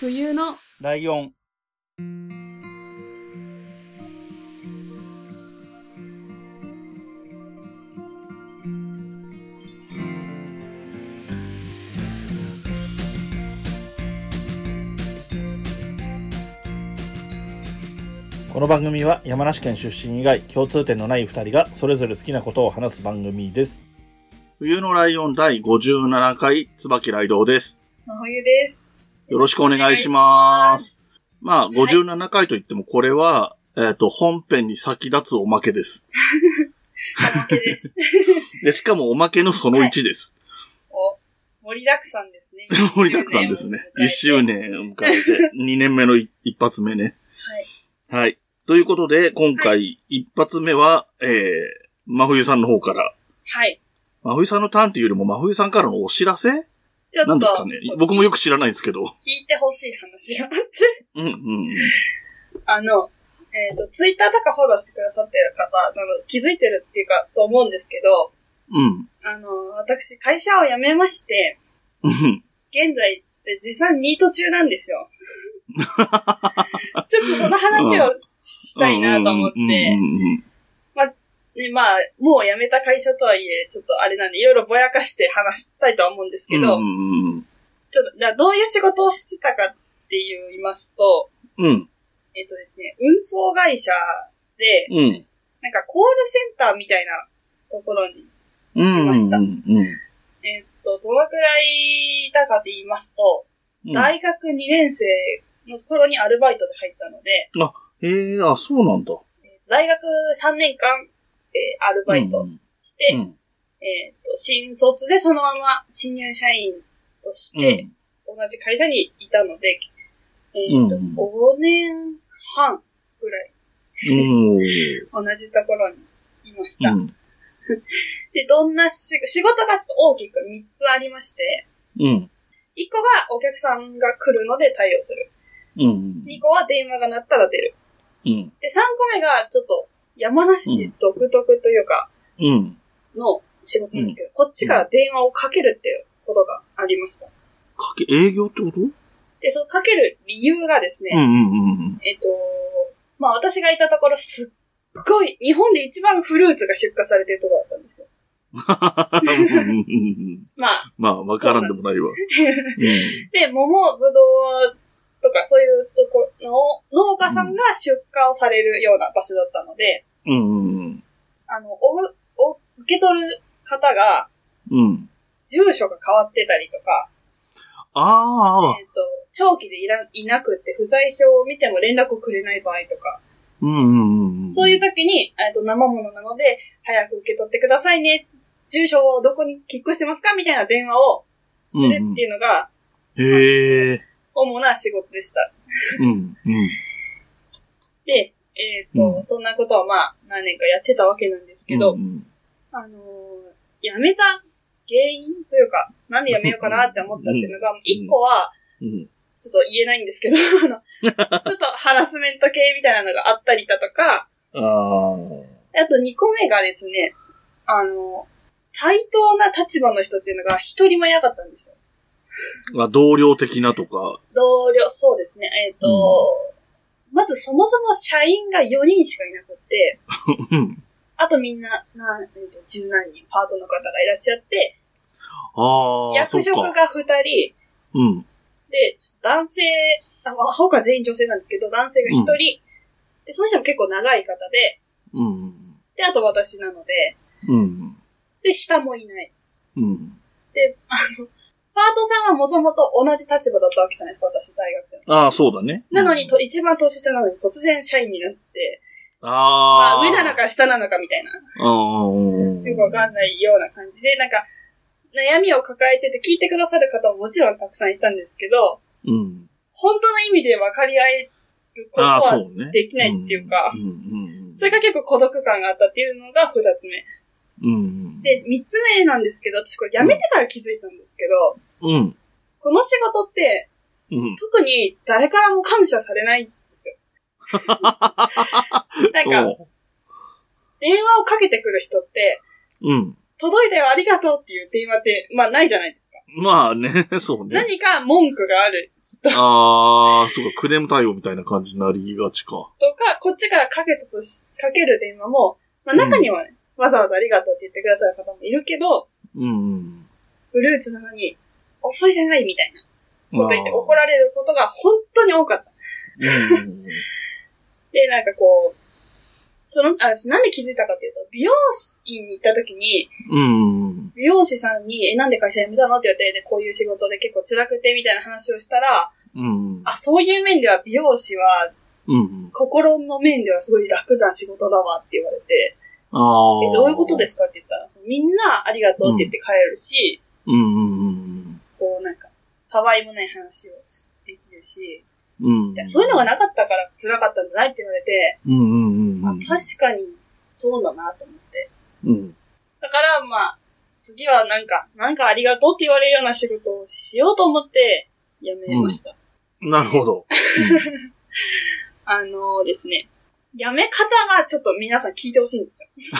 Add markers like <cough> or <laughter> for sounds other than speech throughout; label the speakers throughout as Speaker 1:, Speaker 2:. Speaker 1: 冬の
Speaker 2: ライオン。この番組は山梨県出身以外共通点のない2人がそれぞれ好きなことを話す番組です。冬のライオン第57回、椿雷道です。
Speaker 1: 真冬です。
Speaker 2: よろしくお願いします。まあ、57回といっても、これは、えっ、と、本編に先立つおまけです。
Speaker 1: カラオケです。 <laughs>
Speaker 2: で、しかもおまけのその1です。。
Speaker 1: お、盛りだくさんですね
Speaker 2: <laughs> 盛りだくさ
Speaker 1: <laughs>
Speaker 2: んですね。1周年を迎え <laughs> て、2年目の一一発目ね。はい。ということで、今回、一発目は、えー、真冬さんの方から、
Speaker 1: はい。
Speaker 2: 真冬さんのターンっていうよりも真冬さんからのお知らせ
Speaker 1: ちょっと、
Speaker 2: なんですかね
Speaker 1: そう
Speaker 2: 僕もよく知らないんですけど。
Speaker 1: 聞いてほしい話があって。
Speaker 2: うんうんうん。
Speaker 1: あの、えっ、と、ツイッターとかフォローしてくださってる方、なの気づいてるっていうか、と思うんですけど、
Speaker 2: うん。
Speaker 1: あの、私、会社を辞めまして、
Speaker 2: うん。
Speaker 1: 現在、絶賛ニート中なんです
Speaker 2: <laughs>
Speaker 1: よ。ちょっとその話を <laughs> したいなと思っ
Speaker 2: うんうん
Speaker 1: て、
Speaker 2: うんうん。
Speaker 1: ね、まあ、もう辞めた会社とはいえ、ちょっとあれなんで、いろいろぼやかして話したいとは思うんですけど、
Speaker 2: うんうんうん
Speaker 1: ちょっと、だどういう仕事をしてたかって言いますと、
Speaker 2: うん。
Speaker 1: えっ、とですね、運送会社で、
Speaker 2: うん。
Speaker 1: なんかコールセンターみたいなところに、
Speaker 2: うん。
Speaker 1: ました
Speaker 2: うんうん
Speaker 1: えっ、と、どのくらいいたかって言いますと、
Speaker 2: うん
Speaker 1: 大学2年生の頃にアルバイトで入ったので、
Speaker 2: ええあ、そうなんだ。
Speaker 1: えー大学3年間、えーアルバイトして、
Speaker 2: うんうん
Speaker 1: えっ、と、新卒でそのまま新入社員として、同じ会社にいたので、えっ、と、
Speaker 2: うん
Speaker 1: 5年半ぐらい
Speaker 2: うん。
Speaker 1: 同じところにいました。
Speaker 2: うん。
Speaker 1: で、どんな仕仕事がちょっと大きく3つありまして、
Speaker 2: うん。
Speaker 1: 1個がお客さんが来るので対応する。
Speaker 2: うん。
Speaker 1: 2個は電話が鳴ったら出る。
Speaker 2: うん。
Speaker 1: で、3個目がちょっと山梨独特というか、
Speaker 2: うん。
Speaker 1: の仕事なんですけど、こっちから電話をかけるっていうことがありました。
Speaker 2: かけ、営業ってこと
Speaker 1: で、そのかける理由がですね、
Speaker 2: うんうん
Speaker 1: えっと、まあ私がいたところすっごい、日本で一番フルーツが出荷されてるところだったんですよ。
Speaker 2: うんうんうんうん。
Speaker 1: まあ、
Speaker 2: まあ、わからんでもないわ。うん
Speaker 1: で、桃、ぶどうとかそういうところの農家さんが出荷をされるような場所だったので、
Speaker 2: うんうん
Speaker 1: あの、おぶ、お、受け取る方が、
Speaker 2: うん。うん。
Speaker 1: 住所が変わってたりとか、
Speaker 2: ああ
Speaker 1: え、っと、長期でいら、いなくって不在票を見ても連絡をくれない場合とか、
Speaker 2: うんうんうん。
Speaker 1: そういう時に、えっと、生物なので、早く受け取ってくださいね。住所をどこにキックしてますかみたいな電話をするっていうのが、
Speaker 2: へえ。
Speaker 1: 主な仕事でした。
Speaker 2: うんうん。
Speaker 1: で、えっ、と、
Speaker 2: う
Speaker 1: そんなことをまあ、何年かやってたわけなんですけど、
Speaker 2: うん
Speaker 1: あのー辞めた原因というか、なんで辞めようかなって思ったっていうのが、一個は、
Speaker 2: うん。
Speaker 1: ちょっと言えないんですけど、 <laughs> あの、ちょっとハラスメント系みたいなのがあったりだとか、あ
Speaker 2: ああ。
Speaker 1: と2個目がですね、あの、対等な立場の人っていうのが一人もいなかったんですよ。
Speaker 2: まあ、同僚的なとか。
Speaker 1: 同僚、そうですね、えっ、と、まずそもそも社員が4人しかいなくって、
Speaker 2: うん
Speaker 1: あとみんな、な、えーと、十何人、パートの方がいらっしゃって、
Speaker 2: ああ、
Speaker 1: 役
Speaker 2: そう
Speaker 1: 職
Speaker 2: か。
Speaker 1: が2人、
Speaker 2: うん。
Speaker 1: で、男性、あまあ他は全員女性なんですけど、男性が1人、で、その人も結構長い方で、
Speaker 2: うん。
Speaker 1: で、あと私なので、
Speaker 2: うん。
Speaker 1: で、下もいない。
Speaker 2: うん。
Speaker 1: パートさんはもともと同じ立場だったわけじゃないですか、私、大学生の。
Speaker 2: ああ、そうだね。
Speaker 1: なのに、と、一番年下なのに突然社員になって、
Speaker 2: あ
Speaker 1: ま
Speaker 2: あ。
Speaker 1: あ、上なのか下なのかみたいな、
Speaker 2: うん。
Speaker 1: よくわかんないような感じで、なんか、悩みを抱えてて聞いてくださる方ももちろんたくさんいたんですけど、
Speaker 2: うん。
Speaker 1: 本当の意味で分かり合えること
Speaker 2: ああ、
Speaker 1: は、
Speaker 2: そうね。
Speaker 1: できないっていうか
Speaker 2: うんうんうん。
Speaker 1: それが結構孤独感があったっていうのが二つ目。
Speaker 2: うんうん。
Speaker 1: で、三つ目なんですけど、私これ辞めてから気づいたんですけど、
Speaker 2: うん。
Speaker 1: この仕事って
Speaker 2: うん。
Speaker 1: 特に誰からも感謝されないん
Speaker 2: <laughs>
Speaker 1: ですよ。なんか、
Speaker 2: おう
Speaker 1: 電話をかけてくる人って、
Speaker 2: うん。
Speaker 1: 届いたよ、ありがとうっていう電話って、まあないじゃないですか。
Speaker 2: <laughs> まあね、そうね。
Speaker 1: 何か文句があるずっと。と
Speaker 2: あー、そうか、クレーム対応みたいな感じになりがちか。
Speaker 1: か、こっちからかけたとし、かける電話も、まあ中にはね、わざわざありがとうって言ってくださる方もいるけど、
Speaker 2: うん。
Speaker 1: フルーツなのに、遅いじゃないみたいなこと言って怒
Speaker 2: ら
Speaker 1: られることが本当に多かった。
Speaker 2: うん。
Speaker 1: で、なんかこう、その、あ、なんで気づいたかっていうと、美容院に行った時に、
Speaker 2: うん。
Speaker 1: 美容師さんに、え、なんで会社辞めたのって言われて、でこういう仕事で結構辛くて、みたいな話をしたら、
Speaker 2: うん。
Speaker 1: あ、そういう面では美容師は、
Speaker 2: うん。
Speaker 1: 心の面ではすごい楽な仕事だわって言われて、
Speaker 2: あー
Speaker 1: え、どういうことですかって言ったら、みんなありがとうって言って帰るし、
Speaker 2: うんうん
Speaker 1: こうなんか、たわいもない話をできるし、
Speaker 2: うん。うん。
Speaker 1: そういうのがなかったから辛かったんじゃないって言われて、
Speaker 2: うんうんうん
Speaker 1: あ
Speaker 2: うん。
Speaker 1: 確かにそうだなと思って。
Speaker 2: うん。
Speaker 1: だからまあ、次はなんか、なんかありがとうって言われるような仕事をしようと思って辞めました。
Speaker 2: なるほど。
Speaker 1: あのですね、辞め方がちょっと皆さん聞いてほしいんですよ。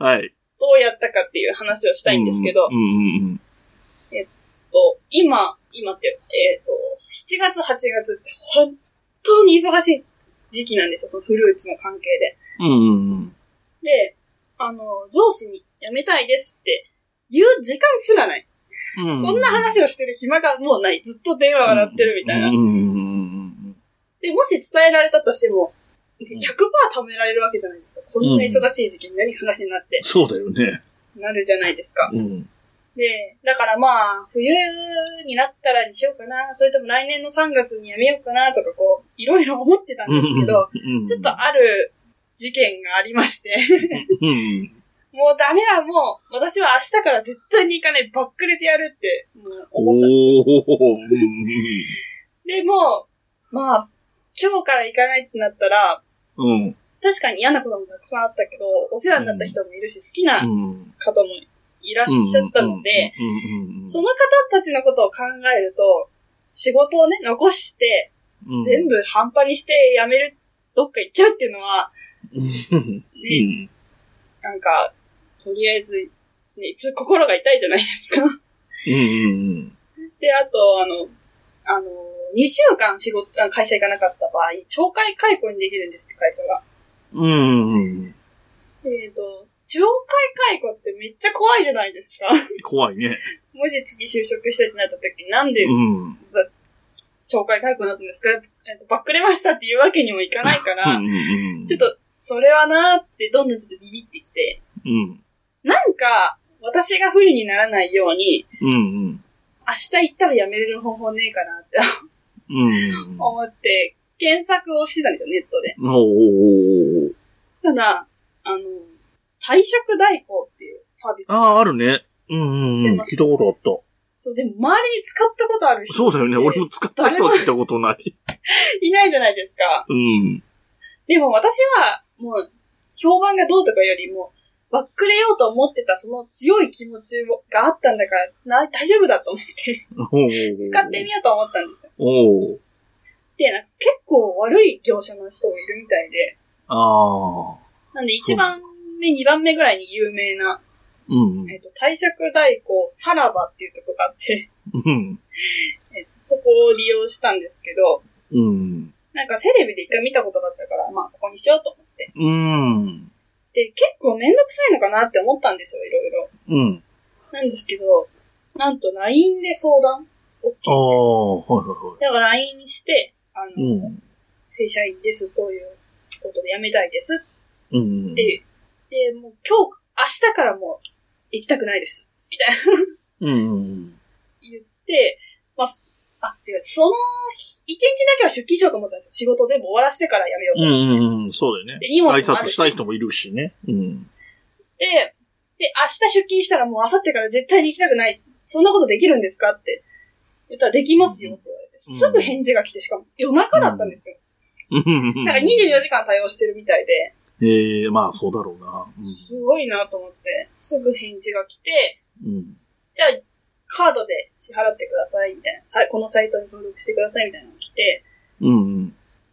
Speaker 2: はい。
Speaker 1: どうやったかっていう話をしたいんですけど、
Speaker 2: うんうん
Speaker 1: と今、今って、えっ、と、7月、8月って本当に忙しい時期なんですよ、そのフルーツの関係で。
Speaker 2: うん。うんうんうん。
Speaker 1: で、あの、上司に辞めたいですって言う時間すらない。
Speaker 2: う
Speaker 1: そんな話をしてる暇がもうない。ずっと電話が鳴ってるみたいな
Speaker 2: うん。うんうん
Speaker 1: で、もし伝えられたとしても、100%貯められるわけじゃないですか。こんな忙しい時期に何考えてなって、
Speaker 2: そうだよね。
Speaker 1: なるじゃないですか。
Speaker 2: うん。
Speaker 1: で、だからまあ、冬になったらにしようかな、それとも来年の3月に辞めようかなとかこう、いろいろ思ってたんですけど、
Speaker 2: うん
Speaker 1: ちょっとある事件がありまして。 <laughs>
Speaker 2: うん。
Speaker 1: もうダメだ、もう、私は明日から絶対に行かない、ばっくれてやるって、もう思った。
Speaker 2: おお。うんうん
Speaker 1: でも、まあ、今日から行かないってなったら、
Speaker 2: うん。
Speaker 1: 確かに嫌なこともたくさんあったけど、お世話になった人もいるし、好きな
Speaker 2: うん。
Speaker 1: 方もいらっしゃったので、
Speaker 2: うんうんうん、
Speaker 1: その方たちのことを考えると、仕事をね、残して、全
Speaker 2: 部、
Speaker 1: 部半端にして辞める、どっか行っちゃうっていうのは、
Speaker 2: うん
Speaker 1: ね、なんか、とりあえず、ね、ちょっと心が痛いじゃないですか。 <laughs>
Speaker 2: うん
Speaker 1: で、あと、あの、あの、2週間仕事、あ会社行かなかった場合、懲戒解雇にできるんですって会社が。
Speaker 2: うんうんうん、
Speaker 1: えっ、と、懲戒解雇ってめっちゃ怖いじゃないですか。 <laughs>
Speaker 2: 怖いね。
Speaker 1: もし次就職したってなった時、なんで
Speaker 2: うん。うん
Speaker 1: 懲戒解雇になったんですか、えっと、ばっくれましたっていうわけにもいかないか
Speaker 2: <laughs>
Speaker 1: ら、
Speaker 2: うん
Speaker 1: ちょっ、と、それはなーってどんどんちょっとビビってきて、
Speaker 2: うん。
Speaker 1: なんか、私が不利にならないように、
Speaker 2: うん
Speaker 1: 明日行ったら辞めれる方法ねえかなって <laughs>
Speaker 2: うん。うん。お
Speaker 1: 思って、検索をしてたんですよ、ネットで。
Speaker 2: おお
Speaker 1: そしたら、あの、退職代行っていうサービス。
Speaker 2: ああ、あるね。うんうん。聞いたこと
Speaker 1: そう、でも周りに使ったことある
Speaker 2: あっ
Speaker 1: 人
Speaker 2: た。そうだよね。俺も使った人は聞いたことない。
Speaker 1: いないじゃないですか。
Speaker 2: うん。
Speaker 1: でも私は、もう、評判がどうとかよりも、バックれようと思ってたその強い気持ちがあったんだから、な大丈夫だと思って、使ってみようと思ったんですよ。
Speaker 2: おお。
Speaker 1: で、なんか結構悪い業者の人もいるみたいで、
Speaker 2: ああ。
Speaker 1: なんで1番目、2番目ぐらいに有名な、
Speaker 2: うん。
Speaker 1: えっと、退職代行さらばっていうとこがあって、 <laughs>
Speaker 2: うん。
Speaker 1: えっと、そこを利用したんですけど、
Speaker 2: うん。
Speaker 1: なんかテレビで一回見たことがあったから、まあここにしようと思って。
Speaker 2: うん。
Speaker 1: で、結構めんどくさいのかなって思ったんですよ、いろいろ。
Speaker 2: うん。
Speaker 1: なんですけど、なんと LINE で相談
Speaker 2: あ
Speaker 1: ?OK。
Speaker 2: あ、はいはいは
Speaker 1: だから LINE にして、あ
Speaker 2: い。
Speaker 1: の、
Speaker 2: うん。
Speaker 1: 正社員です、こういうことで辞めたいです
Speaker 2: うん
Speaker 1: っ。て、で、もう今日、明日からもう行きたくないです。
Speaker 2: うん。
Speaker 1: 言って、まあ、すあ、違う、その日、一日だけは出勤しようと思ったんですよ。仕事全部終わらせてから辞めようと
Speaker 2: う
Speaker 1: 思って。
Speaker 2: んうん、そうだよね
Speaker 1: で荷。物もあ
Speaker 2: 挨
Speaker 1: るし
Speaker 2: 拶したい人もいるしね。うん。
Speaker 1: で、で、明日出勤したらもう明後日から絶対に行きたくない。そんなことできるんですかって言ったらできますよって言われて、
Speaker 2: うん
Speaker 1: すぐ返事が来て、しかも夜中だったんですよ。
Speaker 2: な
Speaker 1: なんか24時間対応してるみたいで、
Speaker 2: ええまあそうだろうな。
Speaker 1: すごいなと思って、すぐ返事が来て、
Speaker 2: うん。
Speaker 1: じゃあカードで支払ってくださいみたいな、さこのサイトに登録してくださいみたいなのが来て、
Speaker 2: うん。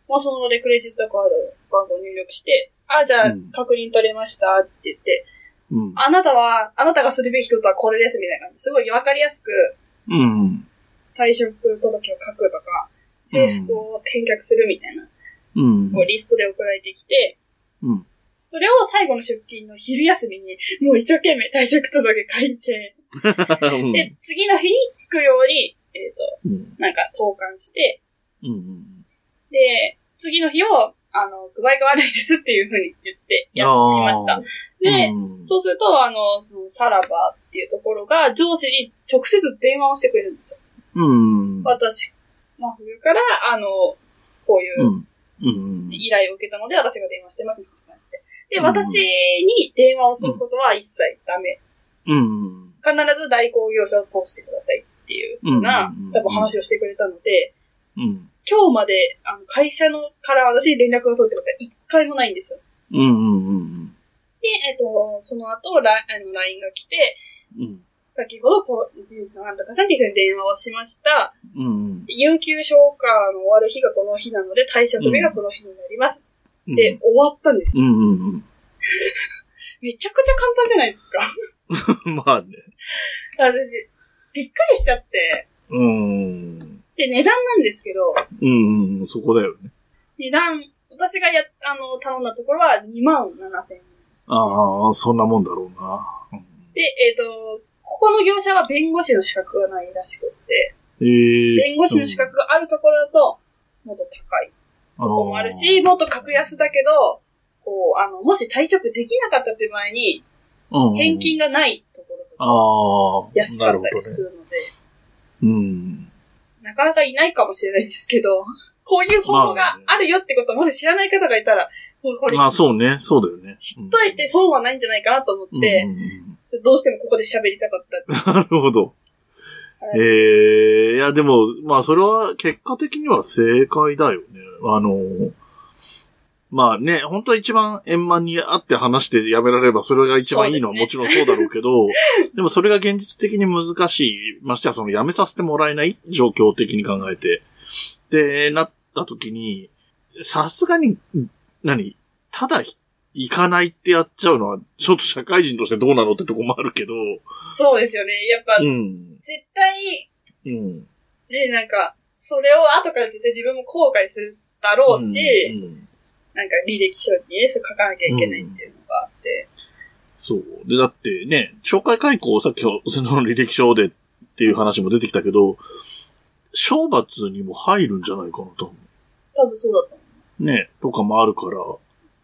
Speaker 1: まあその場でクレジットカード番号入力して、あ、じゃあ
Speaker 2: うん
Speaker 1: 確認取れましたって言って、
Speaker 2: うん。
Speaker 1: あなたは、あなたがするべきことはこれですみたいな感じ。すごいわかりやすく、
Speaker 2: うん。
Speaker 1: 退職届を書くとか、制服を返却するみたいな、
Speaker 2: うん。
Speaker 1: こうリストで送られてきて、
Speaker 2: うん。
Speaker 1: それを最後の出勤の昼休みに、もう一生懸命退職届書いて、
Speaker 2: うん
Speaker 1: で、次の日に着くように、えっ、と、
Speaker 2: うん。
Speaker 1: なんか投函して、
Speaker 2: うん。
Speaker 1: で、次の日を、あの、具合が悪いですっていうふうに言ってやっていました
Speaker 2: あ。
Speaker 1: で、
Speaker 2: うん
Speaker 1: そうすると、あの、そのさらばっていうところが上司に直接電話をしてくれるんですよ。
Speaker 2: うん。。
Speaker 1: 私、真冬から、あの、こういううん
Speaker 2: うん。
Speaker 1: 依頼を受けたので、私が電話してますみたいな感じで。で、
Speaker 2: うん
Speaker 1: 私に電話をすることは一切ダメ。
Speaker 2: うん。
Speaker 1: 必ず代行業者を通してくださいっていうふうな、
Speaker 2: うん
Speaker 1: 多分話をしてくれたので、
Speaker 2: うん。
Speaker 1: 今日まで、あの、会社のから私に連絡を取ってことは一回もないんですよ。
Speaker 2: うん。うん。
Speaker 1: で、えっと、その後、ラインあの LINE が来て、
Speaker 2: うん。
Speaker 1: 先ほど、こう、人事のなんとかさんに電話をしました。
Speaker 2: うん。
Speaker 1: 有給消化の終わる日がこの日なので、退職日がこの日になります。
Speaker 2: うん。
Speaker 1: で、終わったんです。
Speaker 2: うん。うん。
Speaker 1: めちゃくちゃ簡単じゃないですか。 <laughs>
Speaker 2: うん。まあね。
Speaker 1: 私、びっくりしちゃって。
Speaker 2: うん。
Speaker 1: で、値段なんですけど、
Speaker 2: うん。そこだよね。
Speaker 1: 値段、私がや、あの、頼んだところは2万7千円。
Speaker 2: ああ、そんなもんだろうな。
Speaker 1: で、えっ、と、ここの業者は弁護士の資格がないらしくって、
Speaker 2: ええ。
Speaker 1: 弁護士の資格があるところだと、もっと高い
Speaker 2: と
Speaker 1: とこもあるし、、もっと格安だけど、こう、あの、もし退職できなかったって場合に、返金がないところとか
Speaker 2: ああ。
Speaker 1: 安かったり
Speaker 2: る
Speaker 1: するので、
Speaker 2: ほどね。うん。
Speaker 1: なかなかいないかもしれないですけど、 <laughs> こういう方法があるよってことをもし知らない方がいたら、これこれ
Speaker 2: まあそうね。そうだよね。
Speaker 1: 知っといて損はないんじゃないかなと思って、
Speaker 2: うんうんうん
Speaker 1: ちょっとどうしてもここで喋りたかったって
Speaker 2: なるほど。え
Speaker 1: 話。
Speaker 2: えいやでも、まあそれは結果的には正解だよね。あの、まあね、本当は一番円満に会って話してやめられればそれが一番いいの
Speaker 1: そう
Speaker 2: は
Speaker 1: で
Speaker 2: もちろんそうだろうけ
Speaker 1: <laughs>
Speaker 2: ど、でもそれが現実的に難しい。ましてやその辞めさせてもらえない状況的に考えて。で、なった時に、さすがに、何ただ行かないってやっちゃうのは、ちょっと社会人としてどうなのってとこもあるけど、
Speaker 1: そうですよね。やっぱ、
Speaker 2: うん。
Speaker 1: 絶対、
Speaker 2: うん。
Speaker 1: ね、なんか、それを後から絶対自分も後悔するだろうし、
Speaker 2: うんうん
Speaker 1: なんか履歴書にね、そう書かなきゃいけないっていうのがあって、
Speaker 2: そう。で、だってね、紹介解雇、さっきのその履歴書でっていう話も出てきたけど、懲罰にも入るんじゃないかな、多分。
Speaker 1: 多分そうだと思う。
Speaker 2: ね、とかもあるから、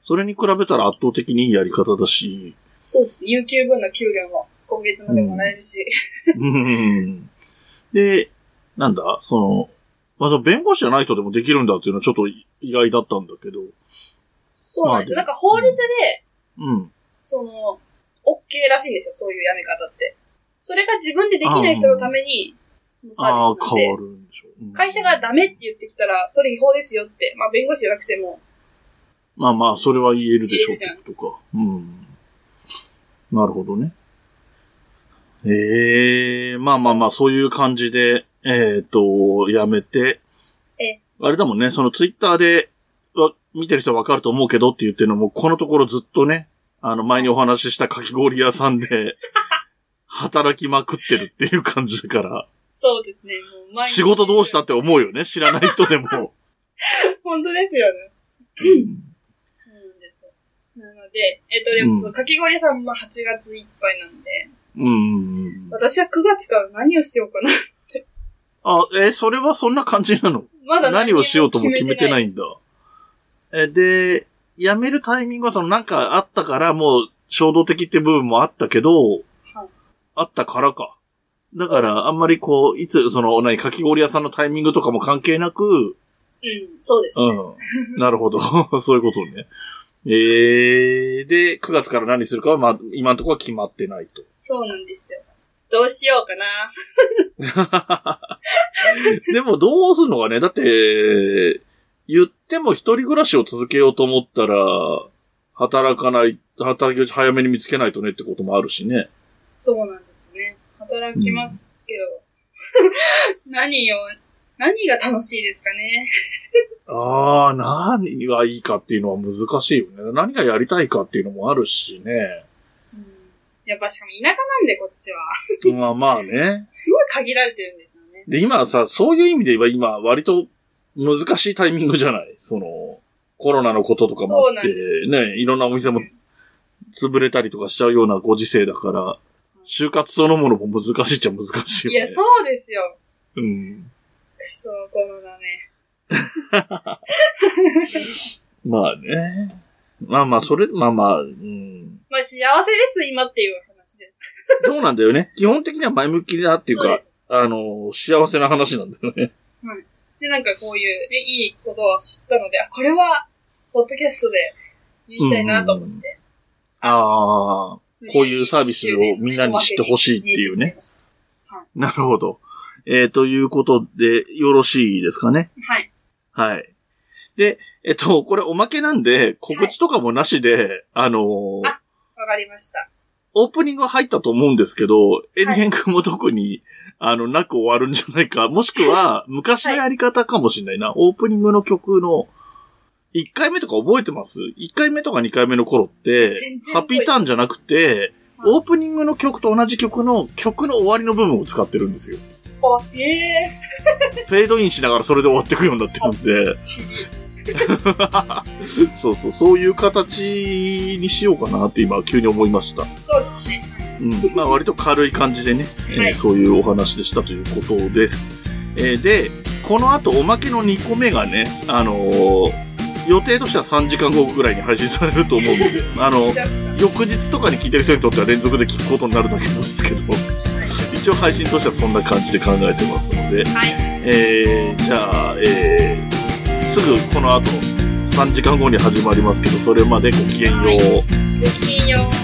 Speaker 2: それに比べたら圧倒的にいいやり方だし、
Speaker 1: そうです。有給分の給料も今月までもらえるし、
Speaker 2: うんで、なんだ、その、まあ、その弁護士じゃない人でもできるんだっていうのはちょっと意外だったんだけど、
Speaker 1: そうなんですよ。な
Speaker 2: まあ
Speaker 1: んか法律で、
Speaker 2: うん。
Speaker 1: その、OK らしいんですよ、そういうやめ方って。それが自分でできない人のために、のサ
Speaker 2: あ
Speaker 1: ー
Speaker 2: あ
Speaker 1: ビス、なん
Speaker 2: 変わ
Speaker 1: で、
Speaker 2: るんでしょう。うん
Speaker 1: 会社がダメって言ってきたら、それ違法ですよって、まあ弁護士じゃなくても、
Speaker 2: まあまあ、それは言えるでしょうって
Speaker 1: 言えるじゃない
Speaker 2: こ
Speaker 1: で
Speaker 2: と
Speaker 1: す
Speaker 2: か。うん。なるほどね。ええまあまあまあ、そういう感じで、えっ、と、やめて。
Speaker 1: え
Speaker 2: あれだもんね、そのツイッターで、わ見てる人はわかると思うけどって言ってるのも、このところずっとね、あの、前にお話ししたかき氷屋さん
Speaker 1: <laughs>
Speaker 2: で、働きまくってるっていう感じだから、
Speaker 1: そうですね、もう毎日
Speaker 2: 仕事どうしたって思うよね、知らない人で
Speaker 1: <laughs>
Speaker 2: も。
Speaker 1: 本当ですよね。
Speaker 2: うん。
Speaker 1: そうなんですよ。なので、えっ、と、でもその、
Speaker 2: うん
Speaker 1: かき氷さんも8月いっぱいなんで、
Speaker 2: うん。
Speaker 1: 私は9月から何をしようかな。 <laughs>
Speaker 2: あ、えそれはそんな感じなの
Speaker 1: まだ。
Speaker 2: 何をしようとも決めてないいんだ。え、で、辞めるタイミングはそのなんかあったから、もう衝動的って部分もあったけど、
Speaker 1: はい
Speaker 2: あったからか。だから、あんまりこう、いつ、その、何、かき氷屋さんのタイミングとかも関係なく、
Speaker 1: うん、そうです、ね。
Speaker 2: うん。なるほど。 <laughs> そういうことね。えー、で、9月から何するかは、まあ、今のところは決まってないと。
Speaker 1: そうなんですよ。どうしようかな。
Speaker 2: でもどうすんのかねだって、言っても一人暮らしを続けようと思ったら、働かない、働きを早めに見つけないとねってこともあるしね。
Speaker 1: そうなんですね。働きますけど。何を、何が楽しいですかね。
Speaker 2: ああ、何がいいかっていうのは難しいよね。何がやりたいかっていうのもあるしね。
Speaker 1: うん、やっぱしかも田舎なんでこっちは。
Speaker 2: まあまあね。
Speaker 1: すごい限られてるんですよね。
Speaker 2: で、今さ、そういう意味で言えば今、割と難しいタイミングじゃないその、コロナのこととかもあっ
Speaker 1: そ
Speaker 2: て
Speaker 1: うなんです、
Speaker 2: ね、いろんなお店も潰れたりとかしちゃうようなご時世だから、就活そのものも難しいっちゃ難しい
Speaker 1: い
Speaker 2: よね。
Speaker 1: や、そうですよ。
Speaker 2: うん。
Speaker 1: くそ、コロナね。
Speaker 2: まあね。まあまあ、それ、まあまあ、うん。
Speaker 1: まあ、幸せです、今っていう話です。
Speaker 2: そうなんだよね。基本的には前向きだっていう
Speaker 1: そうで
Speaker 2: か、
Speaker 1: す。
Speaker 2: あの、幸せな話なんだよね。
Speaker 1: で、なんかこういう、ね、いいことを知ったので、あ、これは、ポッドキャストで <laughs> 言いたいなと思って。
Speaker 2: ああ、こういうサービスをみんなに知ってほしいっていうね。 <laughs> なるほど。えーということで、よろしいですかね。
Speaker 1: はい。
Speaker 2: はい。で、えっと、これおまけなんで、告知とかもなしで、あのー
Speaker 1: あわかりました。
Speaker 2: オープニングは入ったと思うんですけど、エンディングも特に、あの、なく終わるんじゃないか、もし
Speaker 1: <laughs>
Speaker 2: くは、昔のやり方かもしれないな。オープニングの曲の、1回目とか覚えてます ?1 回目とか2回目の頃って
Speaker 1: 全然覚えてな、い
Speaker 2: ハッピーターンじゃなくて、
Speaker 1: はい
Speaker 2: オープニングの曲と同じ曲の曲の終わりの部分を使ってるんですよ。
Speaker 1: あ、ええ
Speaker 2: フェードインしながらそれで終わっていくようになってるん
Speaker 1: ー。知り
Speaker 2: で、そうそう、そういう形にしようかなって今急に思いました。
Speaker 1: そうですね。
Speaker 2: うん。まあ割と軽い感じでね、えー
Speaker 1: はい
Speaker 2: そういうお話でしたということです。えーで、この後おまけの2個目がね、あのー予定としては3時間後ぐらいに配信されると思うんで、
Speaker 1: <laughs>
Speaker 2: あの、
Speaker 1: じゃあ
Speaker 2: 翌日とかに聞いてる人にとっては連続で聞くことになるだけなんですけど、一応配信としてはそんな感じで考えてますので、
Speaker 1: はい。
Speaker 2: えーじゃあ、えーすぐこの後3時間後に始まりますけどそれまでごきげんよう。
Speaker 1: ごきげんよう。